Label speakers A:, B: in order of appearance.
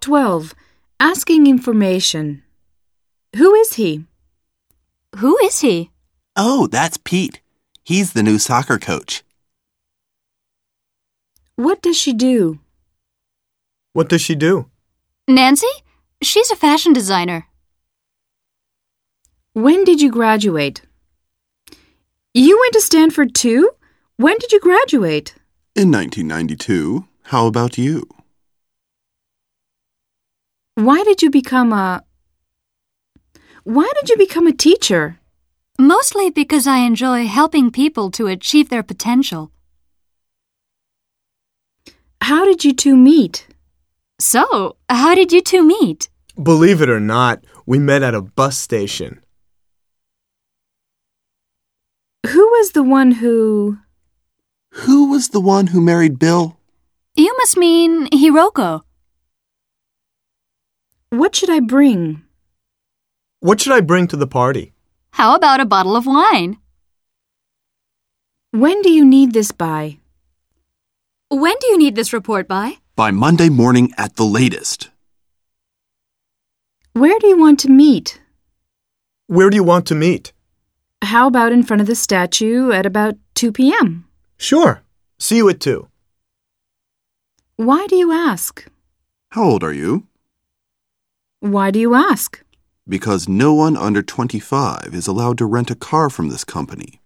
A: 12. Asking information. Who is he?
B: Who is he?
C: Oh, that's Pete. He's the new soccer coach.
A: What does she do?
D: What does she do?
B: Nancy? She's a fashion designer.
A: When did you graduate? You went to Stanford too? When did you graduate?
E: In 1992. How about you?
A: Why did you become a. Why did you become a teacher?
B: Mostly because I enjoy helping people to achieve their potential.
A: How did you two meet?
B: So, how did you two meet?
D: Believe it or not, we met at a bus station.
A: Who was the one who.
C: Who was the one who married Bill?
B: You must mean Hiroko.
A: What should I bring?
D: What should I bring to the party?
B: How about a bottle of wine?
A: When do you need this by?
B: When do you need this report by?
C: By Monday morning at the latest.
A: Where do you want to meet?
D: Where do you want to meet?
A: How about in front of the statue at about 2 p.m.?
D: Sure. See you at 2.
A: Why do you ask?
E: How old are you?
A: Why do you ask?
E: Because no one under 25 is allowed to rent a car from this company.